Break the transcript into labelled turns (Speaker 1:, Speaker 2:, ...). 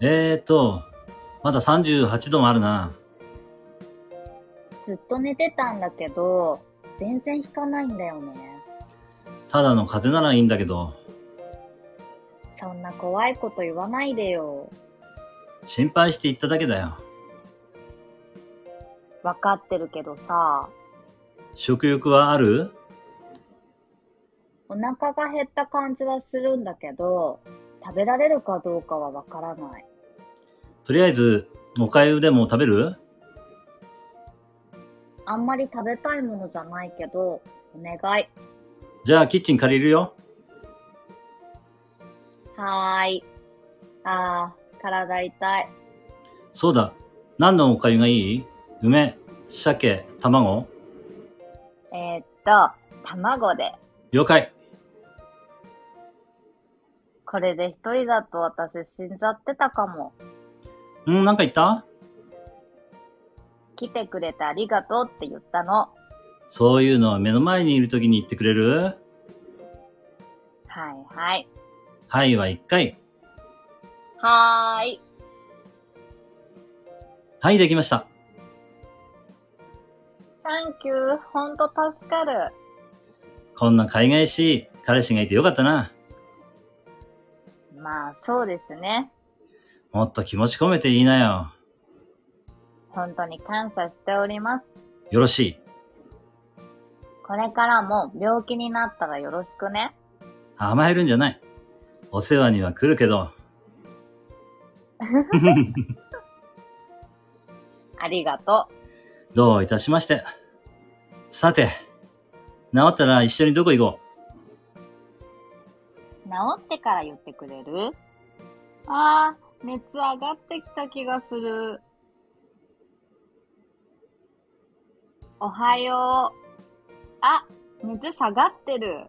Speaker 1: えーと、まだ38度もあるな。
Speaker 2: ずっと寝てたんだけど、全然引かないんだよね。
Speaker 1: ただの風邪ならいいんだけど、
Speaker 2: そんな怖いこと言わないでよ。
Speaker 1: 心配して言っただけだよ。
Speaker 2: わかってるけどさ、
Speaker 1: 食欲はある
Speaker 2: お腹が減った感じはするんだけど、食べられるかどうかはわからない。
Speaker 1: とりあえず、おかゆでも食べる
Speaker 2: あんまり食べたいものじゃないけど、お願い。
Speaker 1: じゃあキッチン借りるよ。
Speaker 2: はーい。あー、体痛い。
Speaker 1: そうだ。何のおかゆがいい梅、鮭、卵
Speaker 2: えー、っと、卵で。
Speaker 1: 了解。
Speaker 2: これで一人だと私死んじゃってたかも。
Speaker 1: うん、なんか言った
Speaker 2: 来てくれてありがとうって言ったの。
Speaker 1: そういうのは目の前にいる時に言ってくれる
Speaker 2: はいはい。
Speaker 1: はいは一回。
Speaker 2: はーい。
Speaker 1: はい、できました。
Speaker 2: サンキュー。ほんと助かる。
Speaker 1: こんな海外しい彼氏がいてよかったな。
Speaker 2: まあ、そうですね。
Speaker 1: もっと気持ち込めて言いなよ。
Speaker 2: 本当に感謝しております。
Speaker 1: よろしい。
Speaker 2: これからも病気になったらよろしくね。
Speaker 1: 甘えるんじゃない。お世話には来るけど。
Speaker 2: ありがと
Speaker 1: どういたしまして。さて、治ったら一緒にどこ行こ
Speaker 2: う。治ってから言ってくれるああ、熱上がってきた気がする。おはよう。あ、熱下がってる。